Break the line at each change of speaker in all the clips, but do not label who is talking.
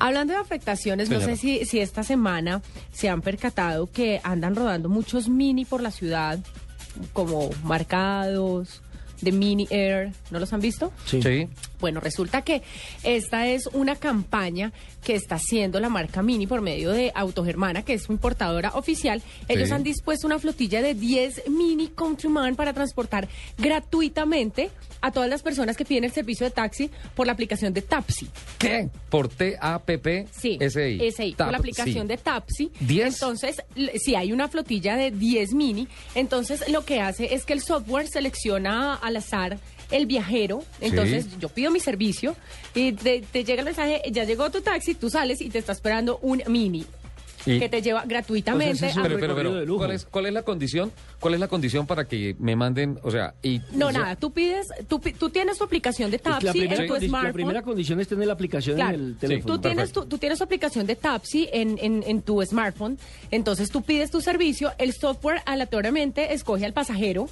Hablando de afectaciones, no sé si, si esta semana se han percatado que andan rodando muchos mini por la ciudad, como marcados, de mini air. ¿No los han visto?
Sí.
Bueno, resulta que esta es una campaña que está haciendo la marca Mini por medio de Autogermana, que es su importadora oficial. Ellos
Sí.
han dispuesto una flotilla de 10 Mini Countryman para transportar gratuitamente a todas las personas que piden el servicio de taxi por la aplicación de Tapsi.
¿Qué? Por T-A-P-P.
Sí,
S-I.
por la aplicación de Tapsi.
¿Diez?
Entonces, l- sí, hay una flotilla de 10 mini. Entonces, lo que hace es que el software selecciona al azar el viajero. Entonces, yo pido mi servicio y te, te llega el mensaje, ya llegó tu taxi, tú sales y te está esperando un mini
Y-
que te lleva gratuitamente.
O sea, ese es
a-
un
Pues Pero, pero,
recorrido de
pero,
lujo.
¿cuál es, ¿cuál es la condición? ¿Cuál es la condición para que me manden, o sea, y...
No,
o sea,
nada, tú pides, tú, pi- tú tienes tu aplicación de
La
Tapsi
primera
en tu
condi-
smartphone.
La primera condición es tener la aplicación
Claro.
en el teléfono.
Tú tienes,
Perfecto.
tu, tú tienes tu aplicación de Tapsi en, en, en tu smartphone, entonces tú pides tu servicio, el software aleatoriamente escoge al pasajero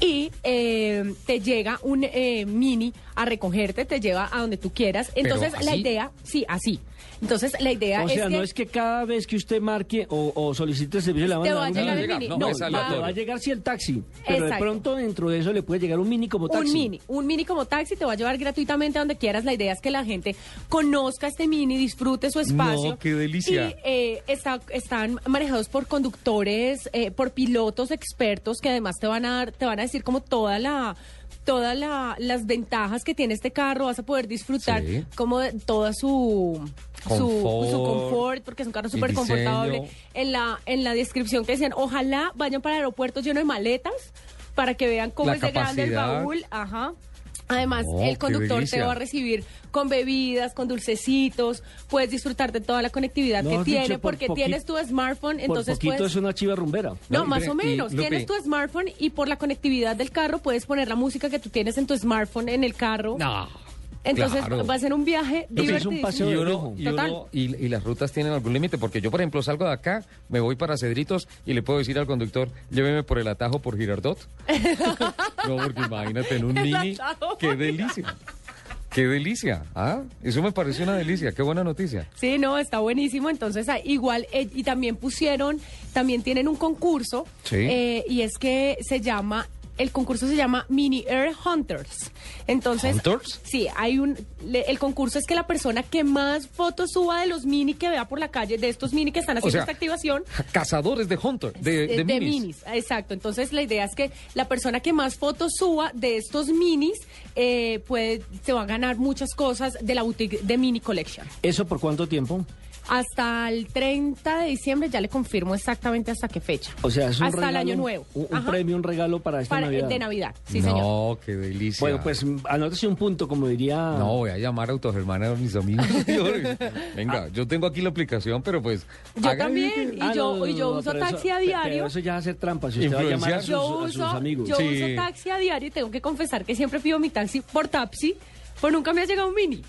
y eh, te llega un eh, mini a recogerte, te lleva a donde tú quieras. Entonces la
así?
idea, sí, así. Entonces la idea
O
es
sea,
que
no es que cada vez que usted marque o, o solicite el servicio le van
te
a
va a
dar un
llegar
no
el
llega,
mini.
no,
No,
es
va-
aleatorio.
va a llegar sí el taxi, pero de
Exacto.
pronto dentro de eso le puede llegar un mini como taxi.
Un mini, un mini como taxi te va a llevar gratuitamente a donde quieras. La idea es que la gente conozca este mini, disfrute su espacio.
No, qué delicia.
Y eh, está- están manejados por conductores, eh, por pilotos expertos que además te van a dar, te van a decir como toda la todas la- las ventajas que tiene este carro, vas a poder disfrutar
Sí.
como de toda su su- su,
Confort.
confort, porque es un carro
El
súper confortable.
diseño.
En la, en la descripción que decían, ojalá vayan para aeropuertos lleno de maletas para que vean cómo
La
es de grande el
capacidad.
baúl. Ajá. Además,
Oh,
el
qué
conductor te
delicia.
va a recibir con bebidas, con dulcecitos, puedes disfrutar de toda la conectividad Ah, que
Mejor dicho,
tiene
por
porque
poqui-
tienes tu smartphone,
Por
entonces
poquito
puedes...
es una chiva rumbera.
No,
No, y
más
ve-
o
y,
menos.
Lupe-
Tienes tu smartphone y por la conectividad del carro puedes poner la música que tú tienes en tu smartphone en el carro.
No.
Entonces
claro.
va a ser un viaje
Lo que es
divertido.
un paseo
Y,
de
uno,
lujo.
y, uno-
Total.
y- y las rutas tienen algún límite, porque yo, por ejemplo, salgo de acá, me voy para Cedritos y le puedo decir al conductor, lléveme por el atajo por Girardot. no, porque imagínate en un
El
mini.
atajo.
¡Qué delicia! ¡Qué delicia! ¿Ah? Eso me parece una delicia, qué buena noticia.
Sí, no, está buenísimo. Entonces, ah, igual, eh, y también pusieron, también tienen un concurso.
Sí.
eh, y es que se llama, el concurso se llama Mini Air Hunters. Entonces.
¿Hunters?
Sí, hay un. le- el concurso es que la persona que más fotos suba de los mini que vea por la calle, de estos mini que están haciendo
sea,
esta activación. eh,
Cazadores de Hunter, de, de minis.
Exacto. Entonces, la idea es que la persona que más fotos suba de estos minis eh, puede, se va a ganar muchas cosas de la boutique de Mini Collection.
¿Eso por cuánto tiempo?
Hasta el 30 de diciembre, ya le confirmo exactamente hasta qué fecha.
O sea, es un
Hasta el
regalo,
año nuevo.
Un, un
Ajá.
premio, un regalo para esta
Para- eh,
Navidad.
De Navidad, sí,
no,
señor.
qué delicia.
Bueno, pues ah. mm, anótese un punto, como diría...
No, voy a llamar a Autogermana a mis amigos. Venga, yo tengo aquí la aplicación, pero pues.
Yo
hagan-
también, y
Ah,
yo,
no, no,
y yo
no,
uso
pero eso-
taxi a
pe-
diario.
Pero eso ya va a ser trampa, si usted va a llamar a sus,
yo
a sus
uso,
amigos.
yo
Sí.
uso taxi a diario y tengo que confesar que siempre pido mi taxi por Tapsi, pues nunca me ha llegado un mini.